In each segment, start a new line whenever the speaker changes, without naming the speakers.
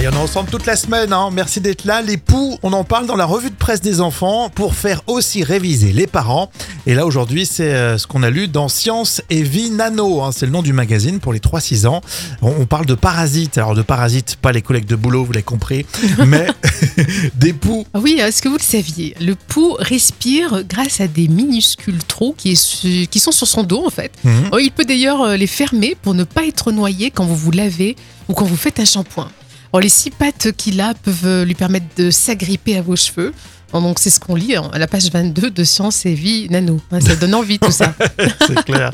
Et on est ensemble toute la semaine, hein. merci d'être là. Les poux, on en parle dans la revue de presse des enfants pour faire aussi réviser les parents. Et là aujourd'hui, c'est euh, ce qu'on a lu dans Science et Vie Nano, hein. c'est le nom du magazine pour les 3-6 ans. On, on parle de parasites, alors de parasites, pas les collègues de boulot, vous l'avez compris, mais des poux.
Ah Oui, est-ce que vous le saviez Le pou respire grâce à des minuscules trous qui, est su- qui sont sur son dos en fait.
Mhm.
Oh, Il peut d'ailleurs euh, les fermer pour ne pas être noyé quand vous vous lavez ou quand vous faites un shampoing. Bon, les six pattes qu'il a peuvent euh, lui permettre de s'agripper à vos cheveux. Bon, donc c'est ce qu'on lit hein, à la page 22 de Science et Vie Nano. Hein, Ça donne envie tout ça.
c'est clair.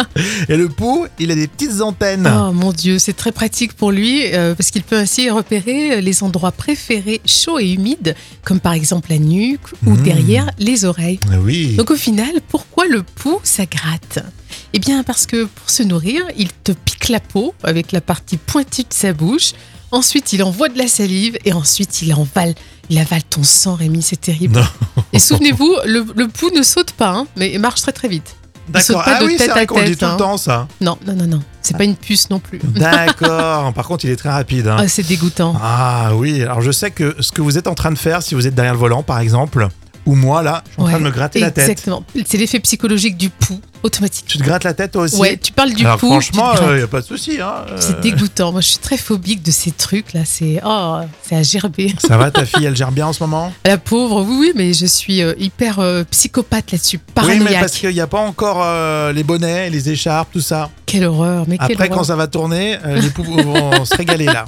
Et le pou, il a des petites antennes.
Oh mon dieu, c'est très pratique pour lui euh, parce qu'il peut ainsi repérer euh, les endroits préférés chauds et humides, comme par exemple la nuque ou
Mhm.
derrière les oreilles.
Ah Oui.
Oh. Donc au final, pourquoi le pou, ça gratte Eh bien parce que pour se nourrir, il te pique la peau avec la partie pointue de sa bouche. Ensuite, il envoie de la salive et ensuite il avale. Il avale ton sang, Rémi, c'est terrible.
Non.
Et souvenez-vous, le, le pou ne saute pas, hein, mais il marche très très vite. saute pas
Ah
de
oui, c'est
tête
vrai
à
qu'on le dit
tête,
tout
hein.
le temps ça.
Non, non, non, non, c'est pas une puce non plus.
D'accord. Par contre, il est très rapide. hein.
Ah, c'est dégoûtant.
Ah oui, alors je sais que ce que vous êtes en train de faire, si vous êtes derrière le volant par exemple, ou moi là, je suis en train
Ouais,
de me gratter la tête.
Exactement. C'est l'effet psychologique du pou, automatique.
Tu te grattes la tête toi aussi
Ouais, tu parles du
Alors
pou. tu te
franchement, il
grattes.
n'y a pas de souci. Hein, euh,
C'est dégoûtant. Moi, je suis très phobique de ces trucs là. C'est oh, c'est à gerber.
Ça va, ta fille, elle gère bien en ce moment
La pauvre. Oui, oui, mais je suis euh, hyper euh, psychopathe là-dessus,
Oui,
paranoïaque.
mais parce qu'il n'y a pas encore euh, les bonnets, les écharpes, tout ça.
Quelle horreur. Mais quelle
Après, quand
horreur.
ça va tourner, euh, les poux vont se régaler là.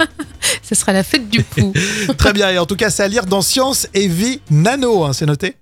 Ça sera la fête du pou.
Très bien, et en tout cas, c'est à lire dans Science et Vie Nano, hein, c'est noté